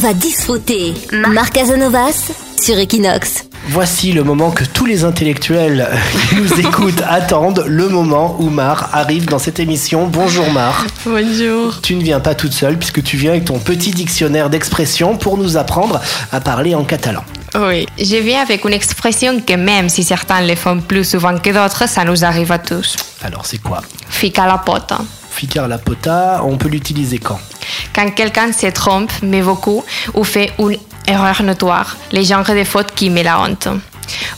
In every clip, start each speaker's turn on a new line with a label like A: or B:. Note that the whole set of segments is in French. A: va disfruter. Marc Casanovas sur Equinox.
B: Voici le moment que tous les intellectuels qui nous écoutent attendent, le moment où Mar arrive dans cette émission. Bonjour Mar.
C: Bonjour.
B: Tu ne viens pas toute seule puisque tu viens avec ton petit dictionnaire d'expression pour nous apprendre à parler en catalan.
C: Oui, je viens avec une expression que même si certains les font plus souvent que d'autres, ça nous arrive à tous.
B: Alors c'est quoi
C: Fica la pota.
B: Ficar la pota, on peut l'utiliser quand
C: Quand quelqu'un se trompe, mais beaucoup, ou fait une erreur notoire, les genres de fautes qui met la honte.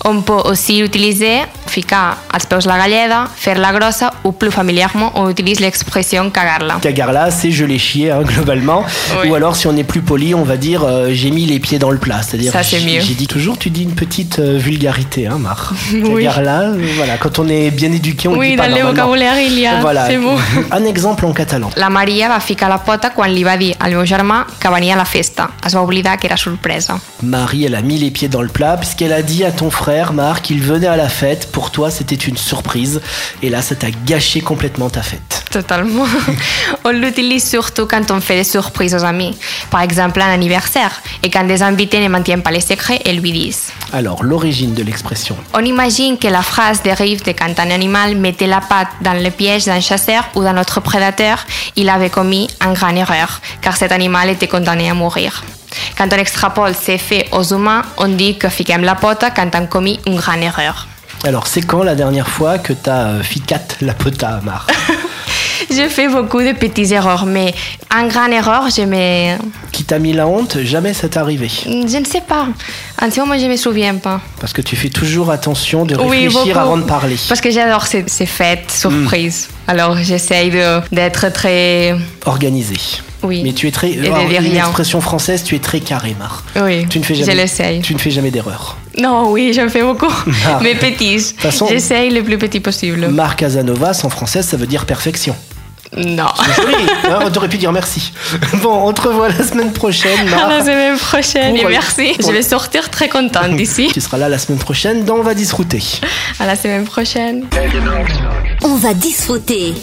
C: On peut aussi utiliser ficar als peus la galleda, faire la grossa ou plus familièrement on utilise l'expression cagarla.
B: Cagarla, c'est je l'ai chié hein, globalement.
C: Oui.
B: Ou alors si on est plus poli, on va dire euh, j'ai mis les pieds dans le plat. C'est-à-dire
C: Ça, c'est
B: j'ai
C: mieux.
B: j'ai dit toujours, tu dis une petite euh, vulgarité, hein, Mar.
C: Oui.
B: Cagarla, euh, voilà, quand on est bien éduqué, on le dit
C: Oui,
B: pas
C: dans le
B: normalement.
C: vocabulaire il y a,
B: Voilà.
C: c'est bon.
B: Un exemple en catalan.
C: La Maria va ficar la pota quan li va dir al meu germà que venia a la festa. Es va oblidar que era sorpresa.
B: Marie, elle a mis les pieds dans le plat puisqu'elle a dit à ton frère, Marc, qu'il venait à la fête. Pour toi, c'était une surprise. Et là, ça t'a gâché complètement ta fête.
C: Totalement. On l'utilise surtout quand on fait des surprises aux amis. Par exemple, un anniversaire. Et quand des invités ne maintiennent pas les secrets et lui disent.
B: Alors, l'origine de l'expression.
C: On imagine que la phrase dérive de quand un animal mettait la patte dans le piège d'un chasseur ou d'un autre prédateur, il avait commis une grande erreur, car cet animal était condamné à mourir. Quand on extrapole ces faits aux humains, on dit que fiquem la pote quand on commis une grande erreur.
B: Alors, c'est quand la dernière fois que t'as euh, ficat la pota à Mar
C: Je fais beaucoup de petites erreurs, mais une grande erreur, je me...
B: Qui t'a mis la honte, jamais ça t'est arrivé.
C: Je ne sais pas. En ce moment, je ne me souviens pas.
B: Parce que tu fais toujours attention de réfléchir
C: beaucoup.
B: avant de parler. Hmm.
C: Parce que j'adore ces, ces fêtes, surprises. Alors, j'essaye de- d'être très...
B: Organisé.
C: Oui.
B: Mais tu es très.
C: Et
B: alors,
C: de
B: une
C: rien.
B: expression française, tu es très carré, Mar.
C: Oui,
B: Tu ne fais
C: je
B: jamais.
C: l'essaye.
B: Tu ne fais jamais d'erreur.
C: Non, oui, j'en fais beaucoup.
B: Ah.
C: Mais petits.
B: façon-
C: J'essaye le plus petit possible.
B: Mar Casanovas, en français, ça veut dire perfection.
C: Non.
B: Oui, hein, on aurait pu dire merci. Bon, on te revoit la semaine prochaine,
C: À
B: Marc.
C: la semaine prochaine et
B: Pour-
C: merci.
B: pour-
C: Je vais sortir très contente d'ici.
B: Tu seras là la semaine prochaine dans On va disrouter.
C: À la semaine prochaine.
A: On va disfruter.